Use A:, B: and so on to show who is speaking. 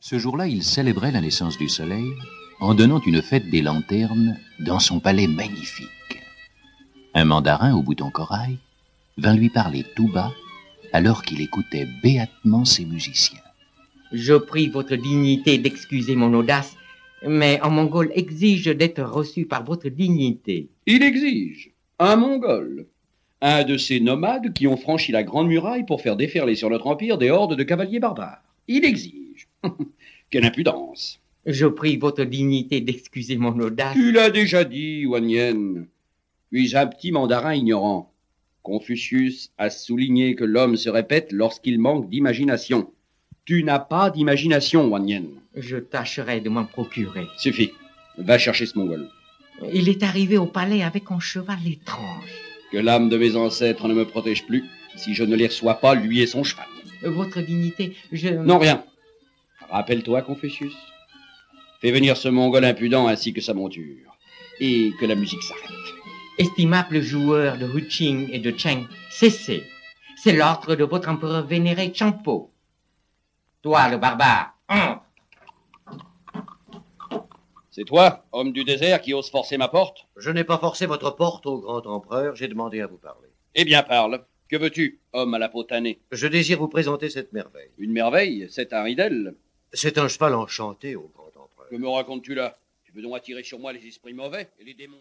A: Ce jour-là, il célébrait la naissance du soleil en donnant une fête des lanternes dans son palais magnifique. Un mandarin au bouton corail vint lui parler tout bas alors qu'il écoutait béatement ses musiciens.
B: Je prie votre dignité d'excuser mon audace, mais un mongol exige d'être reçu par votre dignité.
C: Il exige un mongol, un de ces nomades qui ont franchi la grande muraille pour faire déferler sur notre empire des hordes de cavaliers barbares. Il exige. Quelle impudence.
B: Je prie votre dignité d'excuser mon audace.
C: Tu l'as déjà dit, Wang Yen. Puis un petit mandarin ignorant. Confucius a souligné que l'homme se répète lorsqu'il manque d'imagination. Tu n'as pas d'imagination, Wang Yen.
B: Je tâcherai de m'en procurer.
C: Suffit. Va chercher ce mongol.
B: Il est arrivé au palais avec un cheval étrange.
C: Que l'âme de mes ancêtres ne me protège plus si je ne les reçois pas, lui et son cheval.
B: Votre dignité, je...
C: Non, rien. Rappelle-toi, Confucius. Fais venir ce mongol impudent ainsi que sa monture. Et que la musique s'arrête.
B: Estimable joueur de Huqing et de Cheng, cessez. C'est l'ordre de votre empereur vénéré Champo. Toi, le barbare, entre.
C: C'est toi, homme du désert, qui ose forcer ma porte
D: Je n'ai pas forcé votre porte au grand empereur, j'ai demandé à vous parler.
C: Eh bien, parle. Que veux-tu, homme à la peau tannée
D: Je désire vous présenter cette merveille.
C: Une merveille, c'est un ridel.
D: C'est un cheval enchanté au grand empereur.
C: Que me racontes-tu là Tu veux donc attirer sur moi les esprits mauvais et les démons